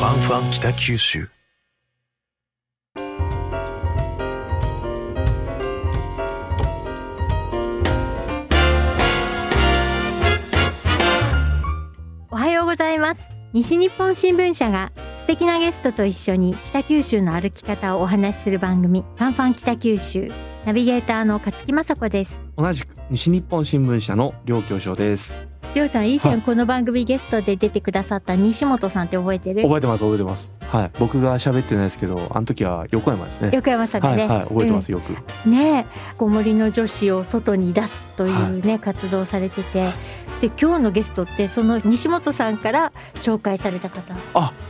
北九州おはようございます西日本新聞社が素敵なゲストと一緒に北九州の歩き方をお話しする番組ファンファン北九州ナビゲーターの勝木雅子です同じく西日本新聞社の両教授ですりょうさん以は前いこの番組ゲストで出てくださった西本さんって覚えてる、覚えてます覚えてますはい僕が喋ってないですけどあの時は横山ですね横山さんではいね、はい覚えてますよく、ねえ子守の女子を外に出すというね、活動をされててで今日のゲストってその西本さんから紹介された方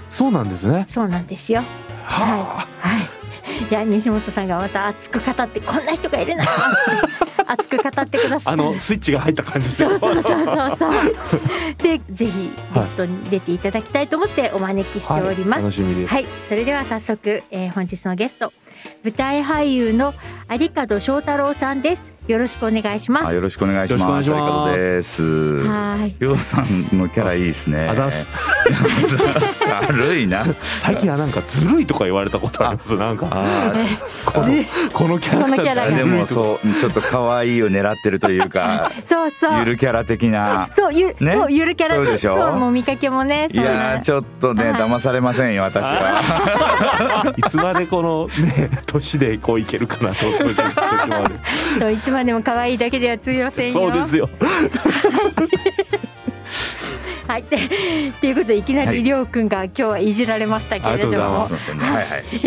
そうなんですねそうなんですよははいいや西本さんがまた熱く語ってこんな人がい るなって熱く語ってくだあ、さあいのスイッチが入った感じですそうそうそうはそうそうでぜひゲストに出ていただきたいと思ってお招きしておりいます、楽しみですはい、それでは早速、えー本日のゲスト、舞台俳優の有門翔太郎さんです。よろしくお願いしまあす。よろしくお願いしよろましす。くお願いします有門です。はい。りょうさんのキャラいいですね。あざっす。あざっす軽いな。最近はなんかずるいとか言われたことありますなんかあこのこのキャラこのクターキャラーがずでるいもとかそうちょっと可愛いを狙ってるというか、そうそゆう。るキャラ的な。そうゆ、ねそうゆるキャラそうでしょそうもう見かけもね、いそうなやーちょっとはねい騙されませんよ私は。いつまでこのね年でこういけるかなと思ってる時も あるそういつまでも可愛いだけでは通用せんよ。そうですよはい。 でということでいきなはりいりょうくんが今日はいじられましたけれども、ありがとうございはまあすい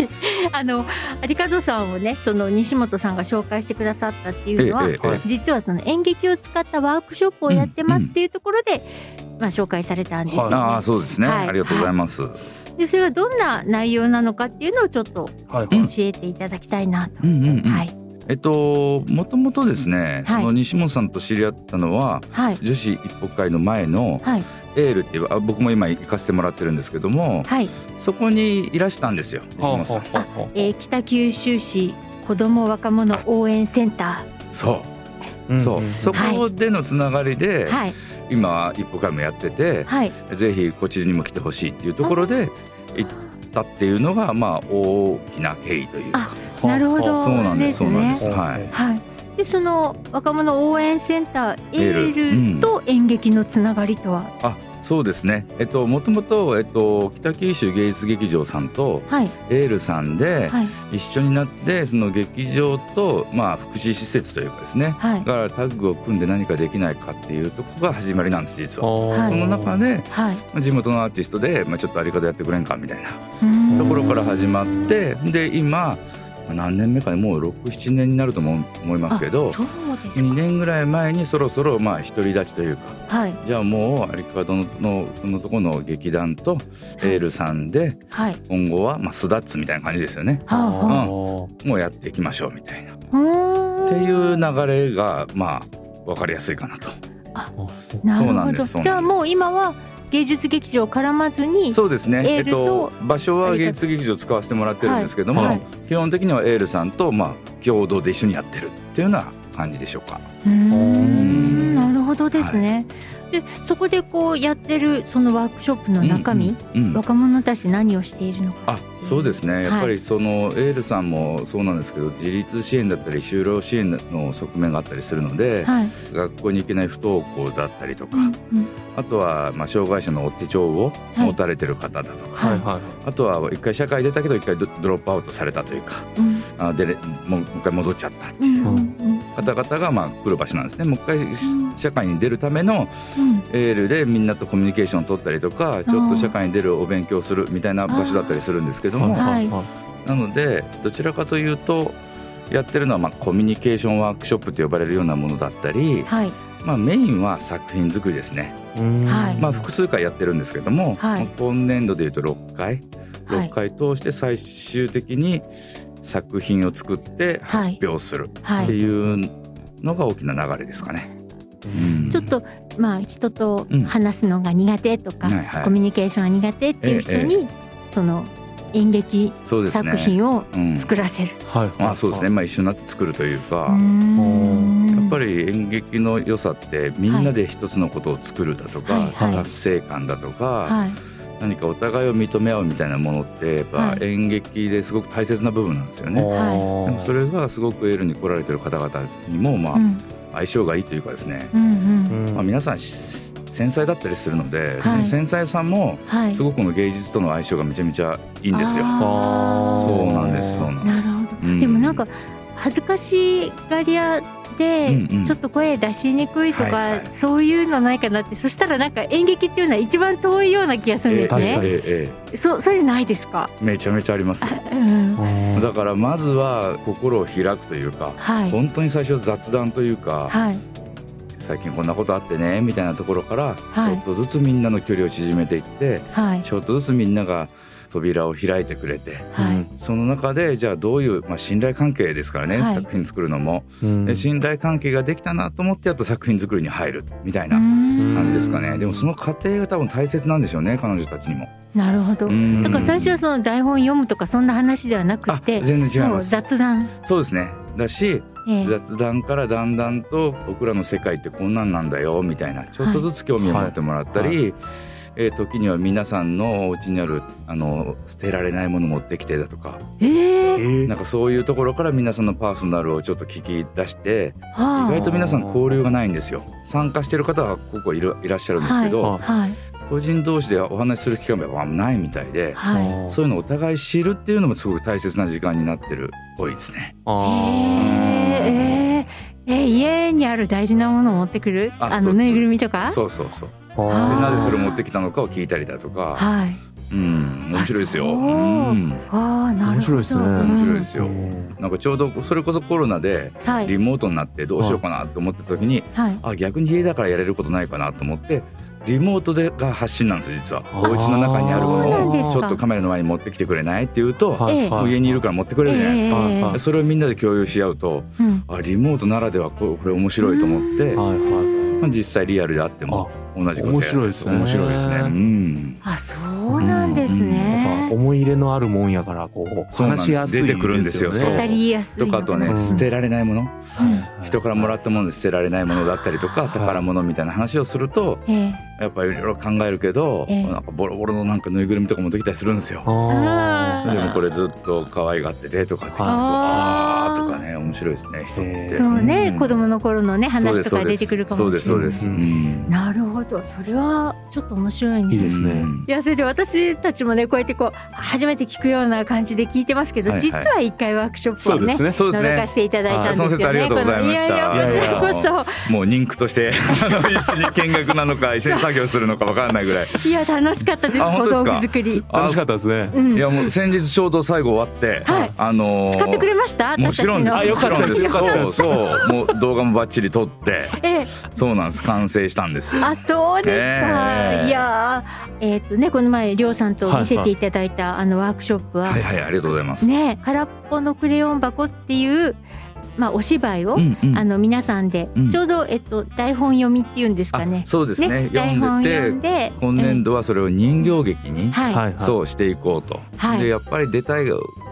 はい。の有門さんをね、その西本さんが紹介してくださったっていうのは、ええ実はその演劇を使ったワークショップをやってますっていうところで、まあ紹介されたんですよね。ああそうですね。はいありがとうございます。でそれはどんな内容なのかっていうのをちょっとはい教えていただきたいなと。うんうんうんはいえっともともとですね、はいその西本さんと知り合ったのははい女子一歩会の前のはいエールっていうあ僕も今行かせてもらってるんですけども、はい、そこにいらしたんですよ西本さん。はははえー北九州市子ども若者応援センタそうう、んそう、んそこでのつながりで、ーはい今は一歩会もやってて、はいぜひこっちにも来てほしいっていうところで行ったっていうのがまあ大きな経緯というか。なるほどそうなんですですそうなんでね。す。はい。はいでその若者応援センターエエールーうルんと演劇のつながりとは、あ、そうですね。えっともともとえっと北九州芸術劇場さんとはいエールさんではい一緒になってその劇場とまあ福祉施設というかですね。はいだからタッグを組んで何かできないかっていうとこが始まりなんです実は。はいそその中ではいまあ地元のアーティストで、まあ、ちょっとあり方やってくれんかみたいなうーんところから始まってで今まあ何年目かねもう67年になると思う思いますけあどそうです2か年ぐらい前にそろそろまあ独り立ちというかはいじゃあもう有方ののそのとこの劇団といエールさんではい今後はまあ巣立つみたいな感じですよねはあはあうんもうやっていきましょうみたいなっうーんていう流れがまあ分かりやすいかなとなそうるなほんでどすそうなんですじゃあもう今は芸術劇場絡まずにそうですねエえーっルとと場所は芸術劇場使わせてもらってるんですけども、はいはい基本的にはエールさんとまあ共同で一緒にやってるっていうような感じでしょうかうーんなるほどですね。でそこでこうやってるそのワークショップの中身、うんうんうん若者たち何をしているのか。あそうですねやっぱりそのエールさんもそうなんですけど自立支援だったり就労支援の側面があったりするので、はい。学校に行けない不登校だったりとか、うんうんあとはまあ障害者のお手帳をはい持たれてる方だとか、はいはいあとは一回社会出たけど一回ドドロップアウトされたというかうんあでもう一回戻っちゃったってういうんうん方々がまあ来る場所なんですねもう一回しうん社会に出るためのうんエールでみんなとコミュニケーションを取ったりとかちょっと社会に出るお勉強するみたいな場所だったりするんですけどもあはいなのでどちらかというとやってるのはまあコミュニケーションワークショップと呼ばれるようなものだったり、はいまあ、メインは作品作りですね、はいまあ、複数回やってるんですけども、はいまあ今年度でいうと6回はい6回通して最終的に作品を作ってはい発表するはってい。いうのが大きな流れですかね。うんちょっとまあ人とうん話すのが苦手とか、はいはいコミュニケーションが苦手っていう人に、えその演劇そうですね作品をうん作らせる。はいまあそうですね、まあ、一緒になって作るというか、ややっぱり演劇の良さってみんなで一つのことを作るだとか、はいはい達成感だとか、はい何かお互いを認め合うみたいなものってやっぱはい演劇ですごく大切な部分なんですよね。でもそれがすごくエールに来られてる方々にもまうあん相性がいいというかですね、うんうんまあ、皆さんし繊細だったりするので、いその繊細さんもはいすごくこの芸術との相性がめちゃめちゃいいんですよ。あーそうなんですそうなんなでるす。ほうど。でもなんか恥ずかしがり屋でうんうんちょっと声出しにくいとか、はいはいそういうのないかなってそしたらなんか演劇っていうのは一番遠いような気がするんですええね確。えええそそれないですか。えめちゃめちゃありますよ。うん、だからまずは心を開くというか、はい本当に最初雑談というか、はい最近こんなことあってねみたいなところから、はいちょっとずつみんなの距離を縮めていってはいちょっとずつみんなが扉を開いてくれてはいその中でじゃあどういう、まあ、信頼関係ですからね、はい作品作るのも、うんで信頼関係ができたなと思ってやっと作品作りに入るみたいな感じですかねでもその過程が多分大切なんでしょうね彼女たちにも。なるほど。うんだから最初はその台本読むとかそんな話ではなくあて、全然違いもまうす雑談。そうですねだしええ雑談からだんだんと僕らの世界ってこんなんなんだよみたいなちょっとずつ興味を持ってもらったり、はいえー時には皆さんのお家にあるあの捨てられないもの持ってきてだとかえええーなんかそういうところから皆さんのパーソナルをちょっと聞き出して意は外と皆さん交流がないんですよ参加してる方はここいるいらっしゃるんですけど、はあはい個人同士でお話しする機会もないみたいで。はい。あーそういうのをお互い知るっていうのもすごく大切な時間になってるっぽいですね。えあえええ家にある大事なものを持ってくるあそのうぬいぐるみとかそうそうそう。でーあーなぜそれを持ってきたのかを聞いたりだとか、はいうん、面白いですよ。あう、そうんああなるほど面白いですね面白いですうよ。んなんかちょうどそれこそコロナでうんはリいモートになってどうしようかなと思ってた時に、はいあ逆に家だからやれることないかなと思って。リモートでが発信なんですよ実はあーお家の中にあるもそうなんですのかをちょっとカメラの前に持ってきてくれないって言うと、はいええはいもう家にいるから持ってくれるじゃないですか、はいはいでそれをみんなで共有し合うとうんあリモートならではこうこれ面白いと思って、はいはいまあ、実際リアルであっても同じことやる面白いですね面白いですねうんあそうなんですやっぱね思い入れのあるもんやからこうそうな話んですしやすい出てくるんですよねそう語りやすいとのかあとはね、うん捨てられないものはい人からもらったもので捨てられないものだったりとはかい宝物みたいな話をするとええやっぱいろいろ考えるけど、ええなんかボロボロのなんかぬいぐるみとかもできたりするんですよ。ああでもこれずっと可愛がっててとかって聞くとあーあーとかね面白いですね人って。そうね、ん子供の頃のね話とか出てくるかもしれないそうですそうですそうです。うんなるほどそれはちょっと面白いねいいですねうんいやそれで私たちもねこうやってこう初めて聞くような感じで聞いてますけど、はいはい実は一回ワークショップそをうでねすねそうです覗かねせていただいたんですよあね。その説ありがとうございましたこのやいやこちらこもう人気として あの一緒に見学なのか一緒に作業するのかわからないぐらいそいや楽しかったですあ小本当で道すか具作り。楽しかったですねうんいやもう先日ちょうど最後終わって、はいあのー使ってくれましたもちろんですあ私よたかちっのたですもちよかっろんたでですすそうそうもう動画もバッチリ撮ってええ、そうなんです完成したんですあそうですか、ええいやーえっ、とねこの前りょうさんと見せていただいた、あのワークショップは、はいはいありがとうございます、ね「空っぽのクレヨン箱」っていう、まあ、お芝居を、うんうんあの皆さんで、うんちょうど、えっと、台本読みっていうんですかねあ。そうですね台読本んで読てんで今年度はそれを人形劇に、うんはいはいそううしていこうと、はいでやっぱり出たい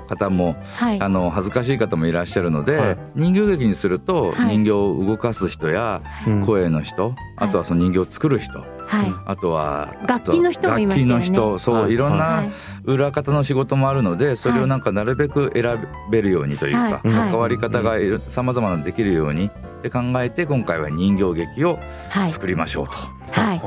方もはいあの恥ずかしい方もいらっしゃるので、はい人形劇にするとはい人形を動かす人や声の人、あとはその人形を作る人、はいあとは楽器の人もいましたよね楽器の人そう、はいい、ろんはない裏方の仕事もあるのでそれをなんかなるべく選べるようにというはいか、はい関わり方がさまざまなできるようにって考えて今回は人形劇をはい作りましょうはい、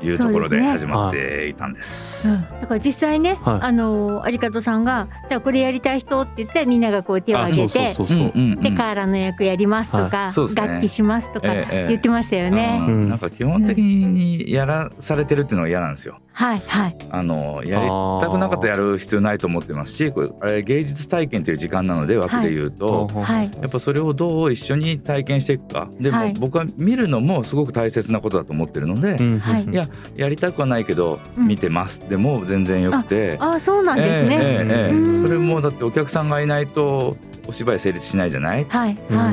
というところそでうで始まっていたんです。うん、だから実際ね、はいあの有方さんが「じゃあこれやりたい人」って言ってみんながこう手をあ挙そげうそうてそうそううんうんうんでカーラの役やりますとか、はいそうですね楽器しますとかええええ言ってましたよね。うんうんなんか基本的にやらされてるっていうのは嫌なんですよ。はいはいあのやりたくなかったらやる必要ないと思ってますしこれあれ芸術体験という時間なので枠で言うと、はいやっぱそれをどう一緒に体験していくかでも、はい僕は見るのもすごく大切なことだと思ってるので、うんはいうんいややりたくはないけどうん見てます、でも全然よくて。ああそうなんですね。ええええええうんそれもだってお客さんがいないとお芝居成立しないじゃないはいは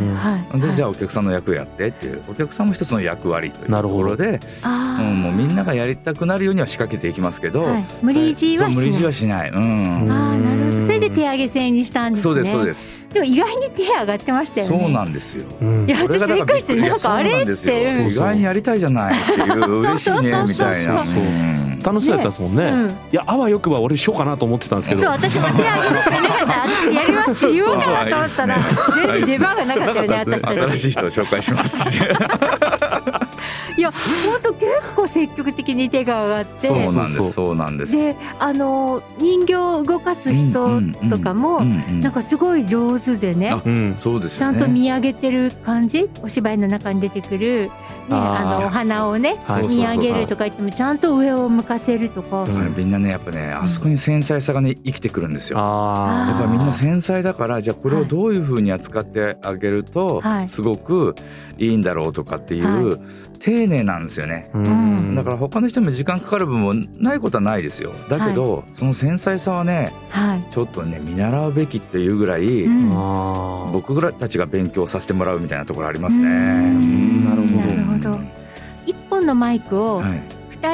いはい。でじゃああお客さんの役をやってっていうお客さんも一つの役割というなとるほこどろで、あうーん、もうみんながやりたくなるようには仕掛けていきますけど、はい、無理強いはそう無理し強いない。はしない、うんうんああなるほど。それで手上げ制にしたんですね。そうですそうです、でも意外に手上がってましたよね。そうなんですようんいやこれが私だびっくりしてなんいやかあれそうなんっですよてうん意外にやりたいじゃないっていう嬉しいねみたいそなうそうそうそううん楽しそうやったですもんねうんいやあわよくば俺しようかなと思ってたんですけそうど私も手挙げてくれなかった私やりますって言おうかなと思ったらそうそう全然出番がなかったよねなか私ったですねた新ちしい人を紹介しますっていや本当結構積極的に手が上がって そうなんですそうなんですであの人形を動かす人とかうもんうんなんかすごい上手でねあうんそうですちよゃねんと見上げてる感じお芝居の中に出てくる、ね、ああーのお花をねそう見上げそうそうるとか言ってもちゃんと上を向かせるとかうだからんみんなねやっぱねあそこに繊細さがね生きてくるんですよあーやっぱみんな繊細だからじゃあこれをどういうふうに扱ってあげるとはいすごくいいんだろうとかっていう、は丁寧なんですよね。ううんだから他の人にも時間かかる分もないことはないですよだけど、その繊細さはねはい、ちょっとね見習うべきっていうぐらい、うんあー僕らたちが勉強させてもらうみたいなところありますね。うんなるほどなるほ一本のマイクをはい、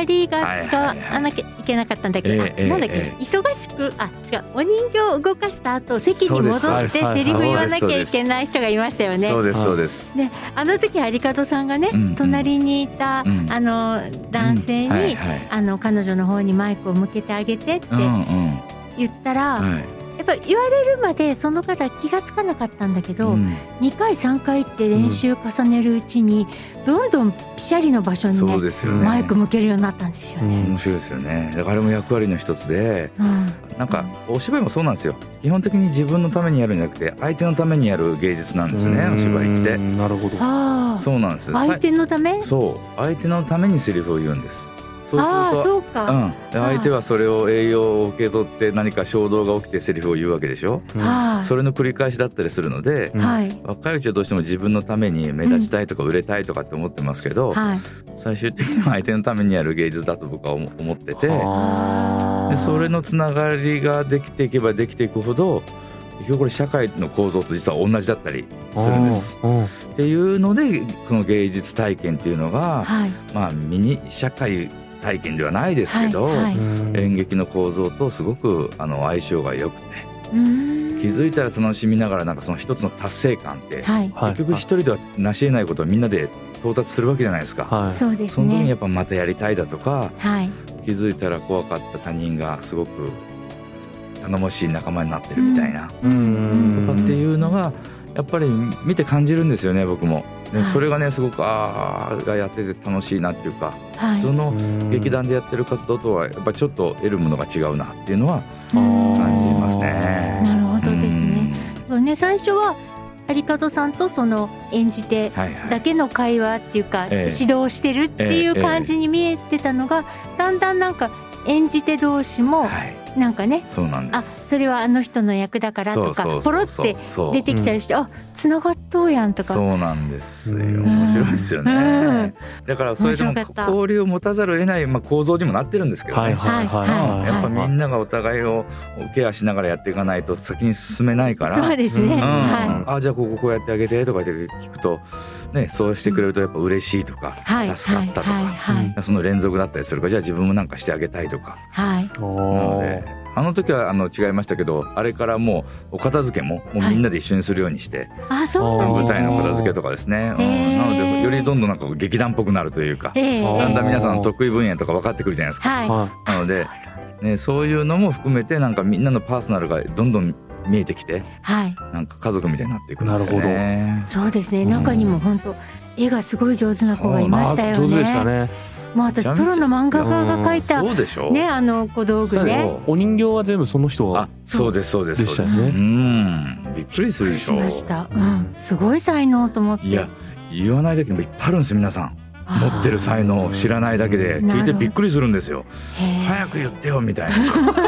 二人が使わはいはいはいなきゃいけなかったんだけえど、えええあなんだっけ、え忙しくあ違うお人形を動かした後席に戻そうってですセはいはいリフ言わなきそうゃでいすけない人がいましたよねそうですはいそうです。あの時有門さんがね、うんうん隣にいた、うんあの男性に、うんはいはいあの彼女の方にマイクを向けてあげてってうんうん言ったら、はいやっぱ言われるまでその方気がつかなかったんだけど、うん2回3回って練習重ねるうちに、どんどんピシャリの場所にそうねですよね。マイク向けるようになったんですようね。ん面白いですよね。だからあれも役割の一つで、うんなんかお芝居もそうなんですよ。基本的に自分のためにやるんじゃなくて相手のためにやる芸術なんですよね。お芝居っうて。んなるほどああそうなんです。相手のためそう相手のためにセリフを言うんです。そうすああるーと。そうか、うん、相手はそれを栄養を受け取って何か衝動が起きてセリフを言うわけでしょはいそれの繰り返しだったりするのでうんはい若いうちはどうしても自分のために目立ちたいとか売れたいとかって思ってますけど、はい最終的には相手のためにやる芸術だと僕は思思っててあーでそれのつながりができていけばできていくほど結局これ社会の構造と実は同じだったりするんです。うんうんっていうのでこの芸術体験っていうのが、はいまあ、ミニ社会体験ではないですけど、はいはい演劇の構造とすごくあの相性が良くてうーん気づいたら楽しみながらなんかその一つの達成感ってはいはい結局一人では成し得ないことをみんなで到達するわけじゃないですか。はいそうですその時にやねっぱまたやりたいだとかはい気づいたら怖かった他人がすごく頼もしい仲間になってるみたいな、うんっていうのがやっぱり見て感じるんですよね僕も。はいでそれがねすごくああがやってて楽しいなっていうかはいそのうん劇団でやってる活動とはやっぱちょっと得るものが違うなっていうのはうん感じますね。なるほどですねうん。そうね最初は有門さんとその演じてはいはい。だけの会話っていうか、ええ指導してるっていう感じに見えてたのが、だんだんなんか演じ手同士もはい、なんかね、そうなんであす。それはあの人の役だからとかポロってそう出てきたりして、あつながっとうやんとかそうなんですようん面白いですよね、うんだからそれでも面白かった交流を持たざるを得ない、まあ、構造にもなってるんですけどね、はいはいはいはうはんいやっぱみんなながお互いをケアしながらやっていかないと先に進めないからそうですね、うんうんはいあじゃあこここうやってあげてとかって聞くと、ね、そうしてくれるとやっぱ嬉しいとか、はい助かったとか、はいはいうんその連続だったりするからじゃあ自分もなんかしてあげたいとかはい、なのであの時はあの違いましたけどあれからもうお片付けももうみんなで一緒にするようにして、あそうなんおーで舞す台の片付けとかですね、うんへーなのでよりどんどんなんか劇団っぽくなるというか、ええあーだんだん皆さんの得意分野とか分かってくるじゃないですか、はいはなのであそうそうそうね、そういうのも含めてなんかみんなのパーソナルがどんどん見えてきてはいなんか家族みたいになっていくんですよね。そうですねうん中にも本当絵がすごい上手な子がいいましたよ上手でしたねねもう私プロの漫画家が描いたそうでしょねあの小道具ねそうお人形は全部その人あがそうですそうですでしたそうよです。うねんびっくりするでししょました、うん、すごい才能と思っていや言わないだけでもいっぱいあるんですよ皆さん持ってる才能を知らないだけで聞いてびっくりするんですよ。へえ早く言ってよみたい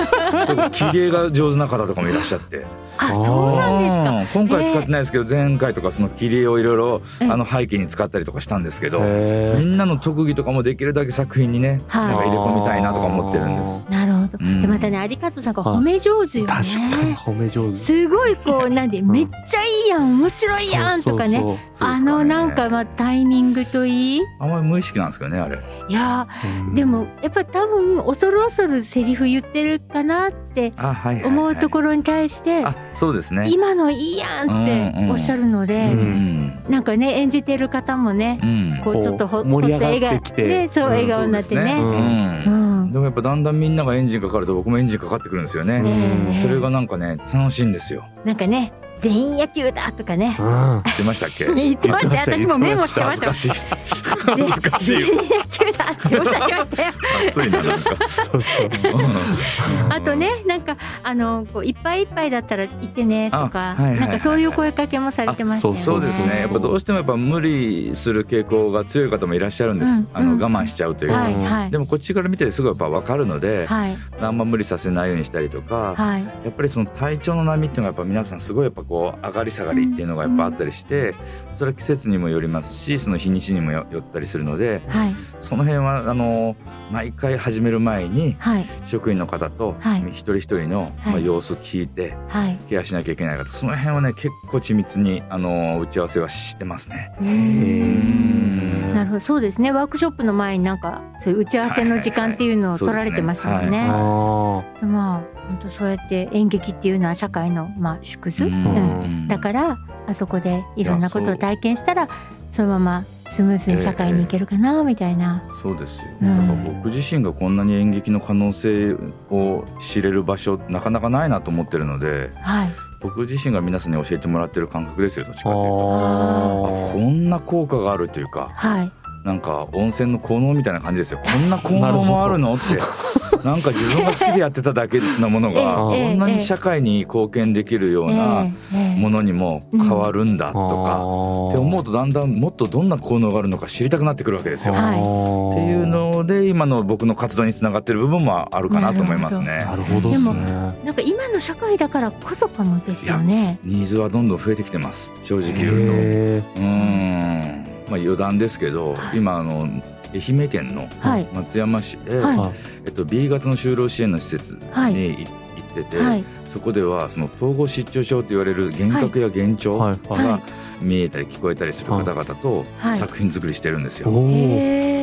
な切り絵が上手な方とかもいらっしゃってあそうなんですかうん今回使ってないですけど前回とかその切り絵をいろいろええあの背景に使ったりとかしたんですけどへみんなの特技とかもできるだけ作品にねはいなんか入れ込みたいなとか思ってるんです。なるほど、うんでまたね有門さんが褒め上手よーね確かに褒め上手すごいこうなんでめっちゃいいやん面白いやんとかねそうそうであすかねのなんかまあタイミングといいあんまり無意識なんですけどねあれ。いやそうそうーでもやっぱ多分恐る恐るセリフ言ってるかなってあはいはいはい思うところに対してあそうですね。今のいいやんっておっしゃるのうで、んなんかね演じてる方もねうんこうちょっとほこう盛り上がってほと笑顔きてねそううん笑顔になってねそうですううんうんでもやっぱだんだんみんながエンジンかかると僕もエンジンかかってくるんですよね。ねえそれがなんかね楽しいんで すよ。なんかね全員野球だとかね？うん言ってましたっけ言ってました言ってまし私たもメモしてま恥しずたよかしい。恥ずかしいよ。全員野球だっておっしゃってましたよ熱いななんか。そうそううんあと。ねなんかあのこういっぱいいっぱいだったら行ってねとか、あはいはいはいはいなんかそういう声かけもされてましたよねあそうですね。やっぱどうしてもやっぱ無理する傾向が強い方もいらっしゃるんです。うんあの我慢しちゃうという。はいはいでもこっちから見てすごいやっぱ分かるので、はいあんま無理させないようにしたりとか、はいやっぱりその体調の波っていうのがやっぱ皆さんすごいやっぱこう上がり下がりっていうのがやっぱあったりしてそれは季節にもよりますしその日にちにもよよったりするのではいその辺はあの毎回始める前にはい職員の方とはい一人一人のはいまあ様子聞いてはいケアしなきゃいけない方その辺はね結構緻密にあの打ち合わせはしてますね。ううーんんなるほどそうですねワークショップの前になんかそういう打ち合わせの時間っていうのを取られてますもんね。あまあ本当そうやって演劇っていうのは社会のまあ縮図、うんんだからあそこでいろんなことを体験したらそのままスムーズに社会に行けるかなみたいな。そうですよ、うんだから僕自身がこんなに演劇の可能性を知れる場所なかなかないなと思ってるのではい僕自身が皆さんに教えてもらってる感覚ですよどっちあかというと。あこーんな効果があるというかはいなんか温泉の効能みたいな感じですよこんな効能もあるのってなんか自分が好きでやってただけなものがこええええんなに社会に貢献できるようなええええものにも変わるんだとあかーって思うとだんだんもっとどんな効能があるのか知りたくなってくるわけですよ。はいっっていうので今の僕の活動につながってる部分もあるかなと思いますねな。るほどですでねなんか今の社会だからこそかもですよね。ニーズはどんどん増えてきてます正直言うと。うへーんまあ余談ですけどはい今あの愛媛県のはい松山市で、はいはいえっと、B 型の就労支援の施設にはいい行ってて、はいそこではその統合失調症と言われる幻覚や幻ー聴はがいはいはい見えたり聞こえたりする方々とはい作品作りしてるんですよ。おおへ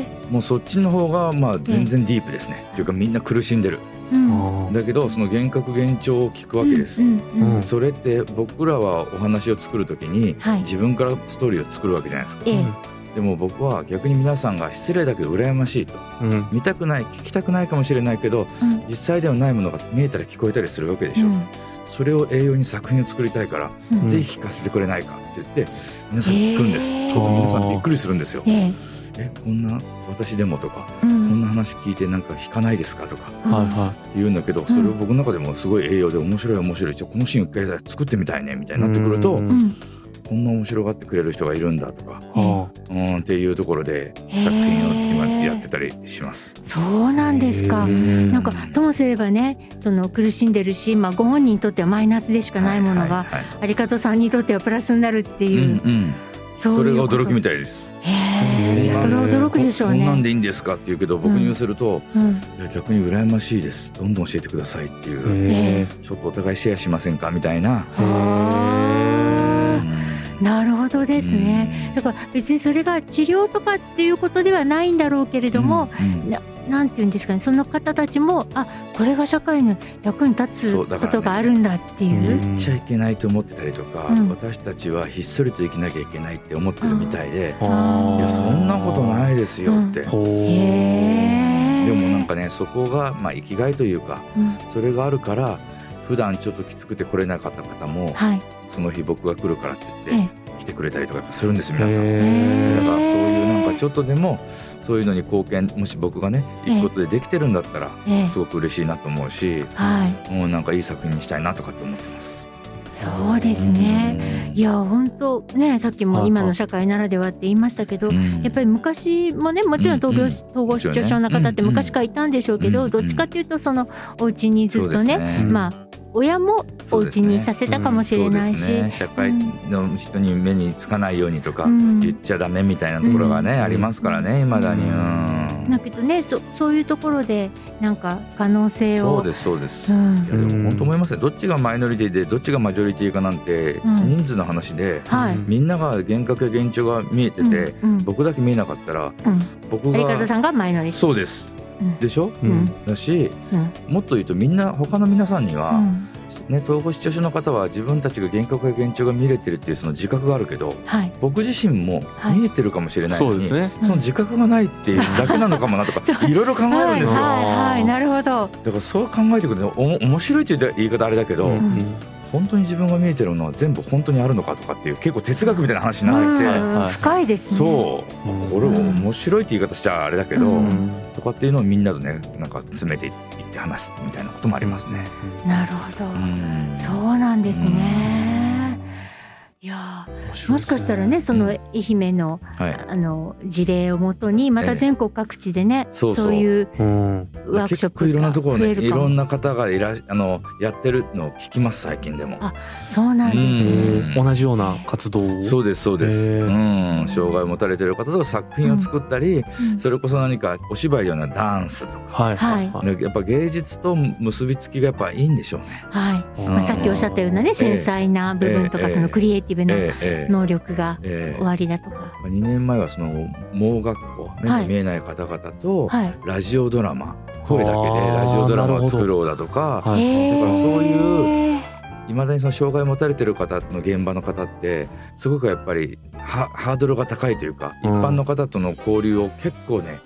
えもうそっちの方がまあ全然ディープですね。っていうかみんな苦しんでる。うんだけどその幻覚幻聴を聞くわけです、うんうんうんうんそれって僕らはお話を作る時にはい自分からストーリーを作るわけじゃないですか、ええでも僕は逆に皆さんが失礼だけど羨ましいとうん見たくない聞きたくないかもしれないけどうん実際ではないものが見えたり聞こえたりするわけでしょ、うんそれを栄養に作品を作りたいから、うんぜひ聞かせてくれないかって言って皆さんに聞くんです、へえそうすると皆さんびっくりするんですよえええこんな私でもとか、うこんんな話聞いてなんか引かないですかとかはいはって言うんだけどそれを僕の中でもすごい栄養で面白い面白いじゃあこのシーン一回作ってみたいねみたいいになってくるうとんうんこんな面白がってくれる人がいるんだとかはうーんっていうところでへー作品を今やってたりします。そうなんですあかへ。ーなんかともすればねその苦しんでるし、まあ、ご本人にとってはマイナスでしかないものが、はいはいはいありがとうさんにとってはプラスになるってうんいう、うんそうそいれうがこと驚きみたいです。へえいやへーそれは驚くでしょうこんなんね。でいいんですかって言うけど僕に言うすると、うんいや逆に羨ましいです。どんどん教えてくださいってい、いうへちょっとお互いシェアしませんかみたいな。あうんーなるほどですね。。だから別にそれが治療とかっていうことではないんだろうけれども、うん、うんなんていうんですかねその方たちもあこれが社会の役に立そうつだこからねとがあるんだっていう。うん言っちゃいけないと思ってたりとか、うん私たちはひっそりと生きなきゃいけないって思ってるみたいで、あーいやそんなこといないですよって、ほへーえでもなんかねそこがまあ生きがいというかうんそれがあるから普段ちょっときつくて来れなかった方も、はい、その日僕が来るからってえ言っえて来てくれたりとかするんです皆さん。へだからそういうなんかちょっょっとでもそういうのに貢献もし僕がねええ行くことでできてるんだったらと、ええすごく嬉しいなと思うし、はい、もうなんかいい作品にしたいなとかって思ってます。そうですね。いや本当ねさっきはいはもい今の社会ならではって言いましたけど、うんやっぱり昔もねもちろん統合,、うんうん統合失調症の方って昔からいたんでしょうけど、うんうんどっちかというとそのお家にずっとねねまあ親もお家にさせたかもしれないし、そうですね、社会の人に目につかないようにとか、うん言っちゃダメみたいなところがね、うんありますからねいまだにうだんけどねそそういうところでなんか可能性そをうですそうです、うんいやでも本当思いますねどっちがマイノリティでどっちがマジョリティかなんて、うん人数の話ではい、うんみんなが幻覚や幻聴が見えてて、うん僕だけ見えなかったらうん、僕有方がさんがマイノリティそうですうんでしょうんだしうんもっと言うとみんな他の皆さんには、うんね、統合失調症の方は自分たちが幻覚や幻聴が見れてるっていうその自覚があるけどはい。僕自身もはい見えてるかもしれないそのうでに、すね。その自覚がないっていうだけなのかもなと そかういろいろ考えるんですよ、はいはいはい、なるほど。だからそう考えてくるとおも面白いという言い方あれだけど、ん本当に自分が見えてるのは全部本当にあるのかとかっていう結構哲学みたいな話になってきて、はいうん深いですね。そううんこれも面白いって言い方しちゃあれだけど、うんとかっていうのをみんなとねなんか詰めていって話すみたいなこともありますね。なるほど。うんそうなんですね。いやー、もしかしたらね、その愛媛の、はいあの事例をもとに、また全国各地でね、そうそういううんワークショップ結構いろんながところ増ねえいるかも。ろんな方がいらあのやってるのを聞きます最近でもあ。そうなんですへね。ー同じような活動を。そうですそうです、へえうん、障害を持たれてる方と作品を作ったり、うんそれこそ何かお芝居のようなダンスとか、はいはいははやっぱ芸術と結びつきがやっぱいいんでしょうね。はい。い。まあ、さっきおっしゃったようなえね、え繊細な部分とえか、えそのクリエイティブなええええ能力がええ終わりだとか。 2年前はその盲学校目に見えない方々とはい。ラジオドラマ、声だけでラジオドラマを作ろうだとかはいへーだからそういういまだにその障害を持たれてる方の現場の方ってすごくやっぱりハハードルが高いというか一うん般の方との交流を結構ね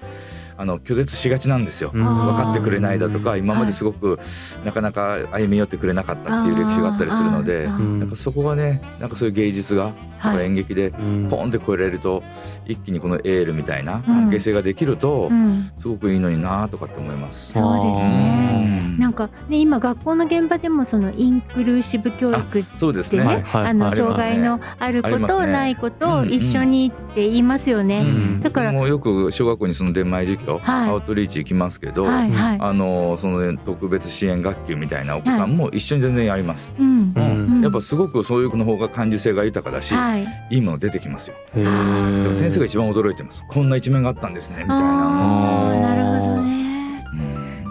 あの拒絶しがちなんですよ。うんあー分かってくれないだとか今まはいですごくなかなか歩み寄ってくれなかったっていう歴史があったりするのであーあうーんなんかそこがねなんかそういう芸術がとかはい。演劇でうんポンって超えられると一気にこのエールみたいなうん関係性ができるとうん。すごくいいのになとかって思います。そうですね。うんなんかね今学校の現場でもそのインクルーシブ教育ってそうですねね。あ,、はいはいのあり障ますね害のあるこありまと、すねないことを一緒にって言いますよね。うんだから僕もうよく小学校にその出前授業、はいアウトリーチ行きますけど、はいはい。あのその特別支援学級みたいなお子さんも一緒に全然やります。うんう。うんんんやっぱすごくそういう子の方が感受性が豊かだし、はい。い、いもの出てきますよ。へーだから先生が一番驚いてます。こんな一面があったんですねみたいな。あーみたないるなほどね。うん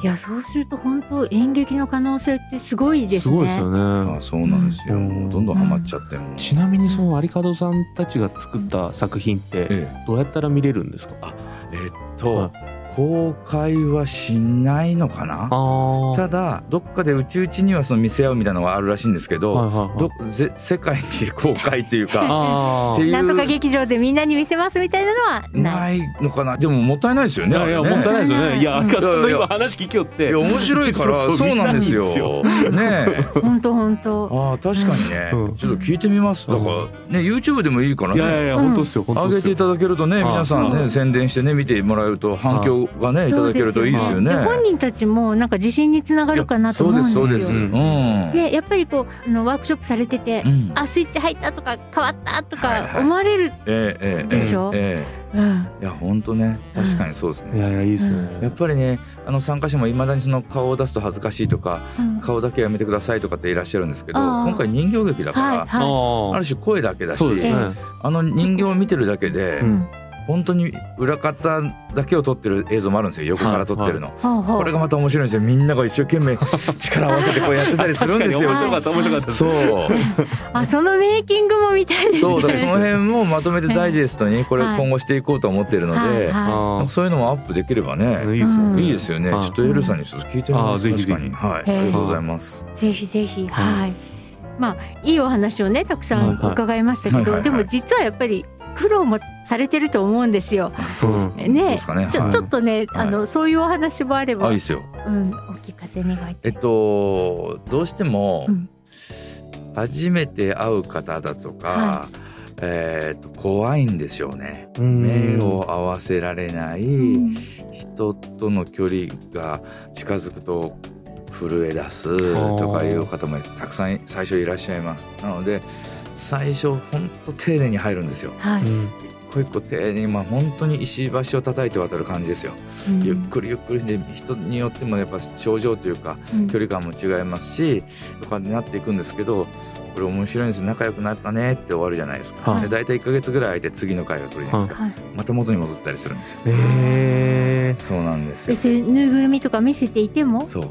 いやそうすると本当演劇の可能性ってすごいですね。すごいですよまあね。そうなんですよ。うんもうどんどんハマっちゃってもう。ちなみにその有門さんたちが作った作品ってええどうやったら見れるんですか。あえっと、はい公開はしないのかな。あただどっかでうちうちにはその見せ合うみたいなのがあるらしいんですけど、はいはいはいどぜ世界に公開っていう かあっていうなんとか劇場でみんなに見せますみたいなのはない。ないのかなでももったいないですよいねやいやあれもねったいないですようね。んいや有門さんのいやい今や話聞きよって。いや面白いからそ そううそうなんですよねえ本当本当。 ああ確かにね、うんちょっと聞いてみますだから、ね YouTube でもいいからいやいやねいやうん本当ですよ本当上でげすていよ。ただけるとねああ皆さんそねう宣伝してね見てもらえると反響がねいただけるといいですよねそうで本人たちもなんか自信につながるかなと思うんですよ。そうですそうです、ううんでやっぱりこうあのワークショップされてて、うんあスイッチ入ったとか変わったとはいかはい思われる、ええええでしょええうんええいや本当ね確かにそうですね、いやいやいいですね。やっぱりねあの参加者もいまだにその顔を出すと恥ずかしいとかうん顔だけやめてくださいとかっていらっしゃるんですけどあー今回人形劇だから、はいあはあーる種声だけだしそうですね。あの人形を見てるだけで、い。うん本当に裏方だけを撮ってる映像もあるんですよ横から撮ってるの。ほうほうこれがまた面白いんですよみんなが一生懸命 力を合わせてこうやってたりするんですよ確。に面白かった面白かったそうあそのメイキングも見たいですそうだからね。その辺もまとめてダイジェストにこれはい今後していこうと思ってるので、はいはなんあかそういうのもアップできればね、ーいいですようんね。いいですよね。ちはいょっとエルさんにちょっと聞いてみあまーす。ぜひぜひ確かにはい。ええありがとうございます。いぜひぜひはいはい。まあいいお話をねたくさん伺いましたけど、はいはいでも実はやっぱり苦労もされてると思うんですよ。そうそうでねすかねちょはいちょっとね、あのそういうお話もあれば、あいいですよ。うんお聞かせ願い。えっとどうしてもうん初めて会う方だとか、はえー、と怖いんでしょうね。うん目を合わせられない、人との距離が近づくと震え出すとかいう方もたくさん最初いらっしゃいます。なので最初ほんと丁寧に入るんですよ。はい。一個一個丁寧に、まあ、本当に石橋を叩いて渡る感じですよ。うんゆっくりゆっくりで人によってもやっぱ症状というか距離感も違いますしとかになっていくんですけどこれ面白いんですよ仲良くなったねって終わるじゃないですか、はいで大体1か月ぐらい空いて次の回が来るじゃないですか、はい。また元に戻ったりするんですよえーそうなんですえよそういうぬいぐるみとか見せていても、そう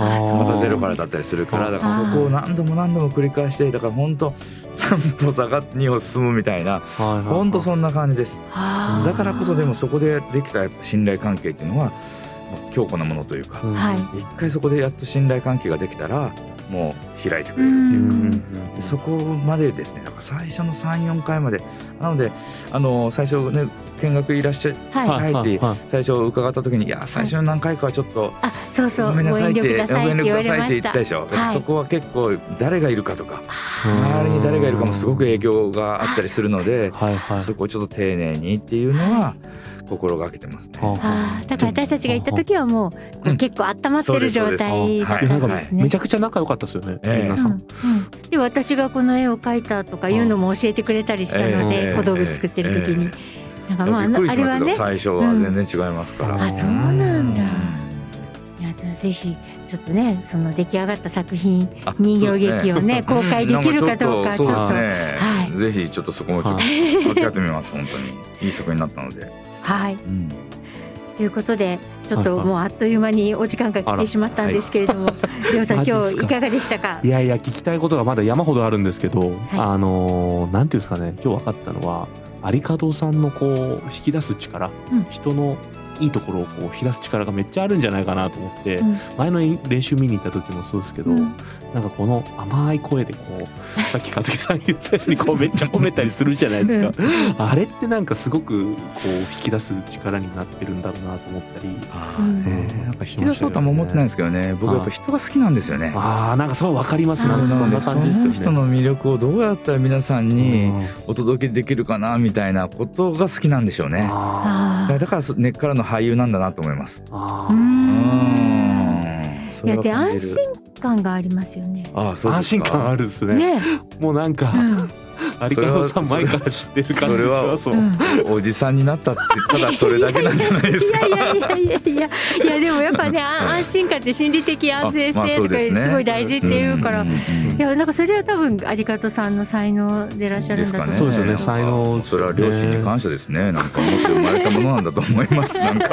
あそうまたゼなロんからだったりするからだかあーらそこを何度も何度も繰り返してだから本当三歩下がって二歩進むみたいなはいはいはい本当そんな感じですあーだからこそでもそこでできたやっぱ信頼関係っていうのはまあ強固なものというかうんはい一回そこでやっと信頼関係ができたらもう開いてくれるっていううか、んでそこまでですねだから最初の34回までなのであの最初ね見学いらっしゃいはい、はい帰ってはい最初伺った時に「いや最初の何回かはちょっとあそうそうごめんなさい」ってご遠慮くださいごっ遠て慮くださいって言言っわれまたでししょ、はいそこは結構誰がいるかとかうん周りに誰がいるかもすごく影響があったりするのではいはいそこをちょっと丁寧にっていうのは心がけてますね。はあはたあーだから私たちが行った時はもうこううん結構温まってる状態だったんそうでですすねめちゃくちゃ仲良かったですよね、ええ皆くちさ、うんんうん、で私がこの絵を描いたとかいうのも教えてくれたりしたので、ええ小道具作ってる時に、なえんかびまああっくのりあしれまはすねよ最初は全然違いますから。うんあそうなんだうんいやぜひちょっとねその出来上がった作品あ人形劇をね公開できるかどうかなんちょっとちょっそうとですね、はいぜひちょっとそこもちょっと掛け合ってみます本当にいい作品になったので、はいうんということでちょっとはいはいもうあっという間にお時間が来てしまったんですけれども、りょうさんマジっ今す日かいかがでしたかいやいや聞きたいことがまだ山ほどあるんですけど、あのーなんていうんですかね今日分かったのは有門さんのこう引き出す力、うん人のいいところをこう引き出す力がめっちゃあるんじゃないかなと思って、うん前の練習見に行った時もそうですけど、うんなんかこの甘い声でこう さっき和樹さん言ったようにこうめっちゃ褒めたりするじゃないですか、あれってなんかすごくこう引き出す力になってるんだろうなと思ったりうんねなんか引き出そうとは思ってないんですけどね僕やっぱ人が好きなんですよねあーなんかそう分かりますーなんかなそんのなでそ感じですよのね。人の魅力をどうやったら皆さんうんにお届けできるかなみたいなことが好きなんでしょうねああだからそ根っからの俳優なんだなと思いますーあーうーーんうんそいれやはで感安じる心感がありますよねあそうで安す心か感あるですねね、もうなんか、うん有門さん前から知ってる感じします そもうんんおじさんになったってただそれだけなんじゃないです かいやいやいやいやいやいやでもやっぱね あ安心感って心理的安全あまあ性そとうかですねすごい大事っていうから、んんうんいやなんかそれは多分有方さんの才能でいらっしゃるんだと思そうですよね才能ですそよれねは両親に感謝ですねなんか持って生まれたものなんだと思いますな んか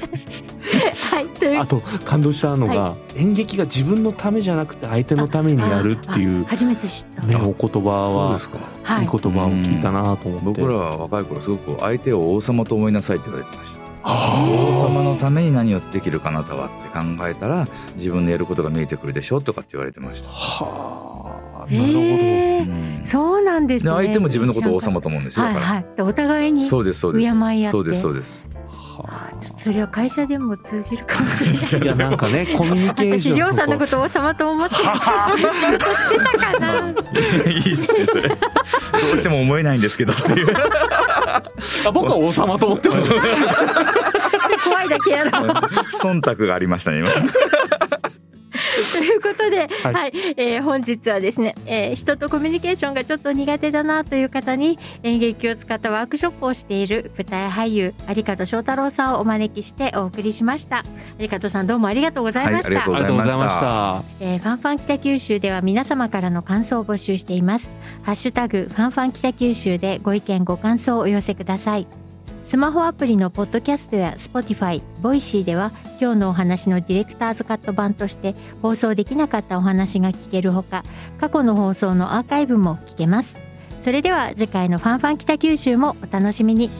はいというあと感動したのが、は演劇が自分のためじゃなくて相手のためにやるっていうあ初めて知った、ねお言葉は、、かはいいい言葉を聞いたなと思って僕らは若い頃すごく相手を王様と思いなさいって言われてました王あ様のために何をできるかあなたはって考えたら自分のやることが見えてくるでしょとかって言われてましたー、はあえなるほど、うーんでそうなんですね相手も自分のことを王様とと思うんですよはだいかはいでお互いらにそうですそうで敬い合ってすそうですそうですはあちょっとそれは会社でも通じるかもしれないあい やなんかねコミュニケーシ私ョンりょうさんのここうと王様と思って仕事してたかな いいです ねそれどうしても思えないんですけどっていう あ僕は王様と思ってました怖いだけやろ忖度がありましたね今ということで、は、はいいえー本日はですね、えー人とコミュニケーションがちょっと苦手だなという方に演劇を使ったワークショップをしている舞台俳優有門翔太郎さんをお招きしてお送りしました有門さんどうもありがとうございました、はいありがとうありがとうございましたえーファンファン北九州では皆様からの感想を募集しています。ハッシュタグファンファン北九州でご意見ご感想をお寄せください。スマホアプリのポッドキャストや Spotify、ボイシーでは今日のお話のディレクターズカット版として放送できなかったお話が聞けるほか過去の放送のアーカイブも聞けます。それでは次回のファンファン北九州もお楽しみに。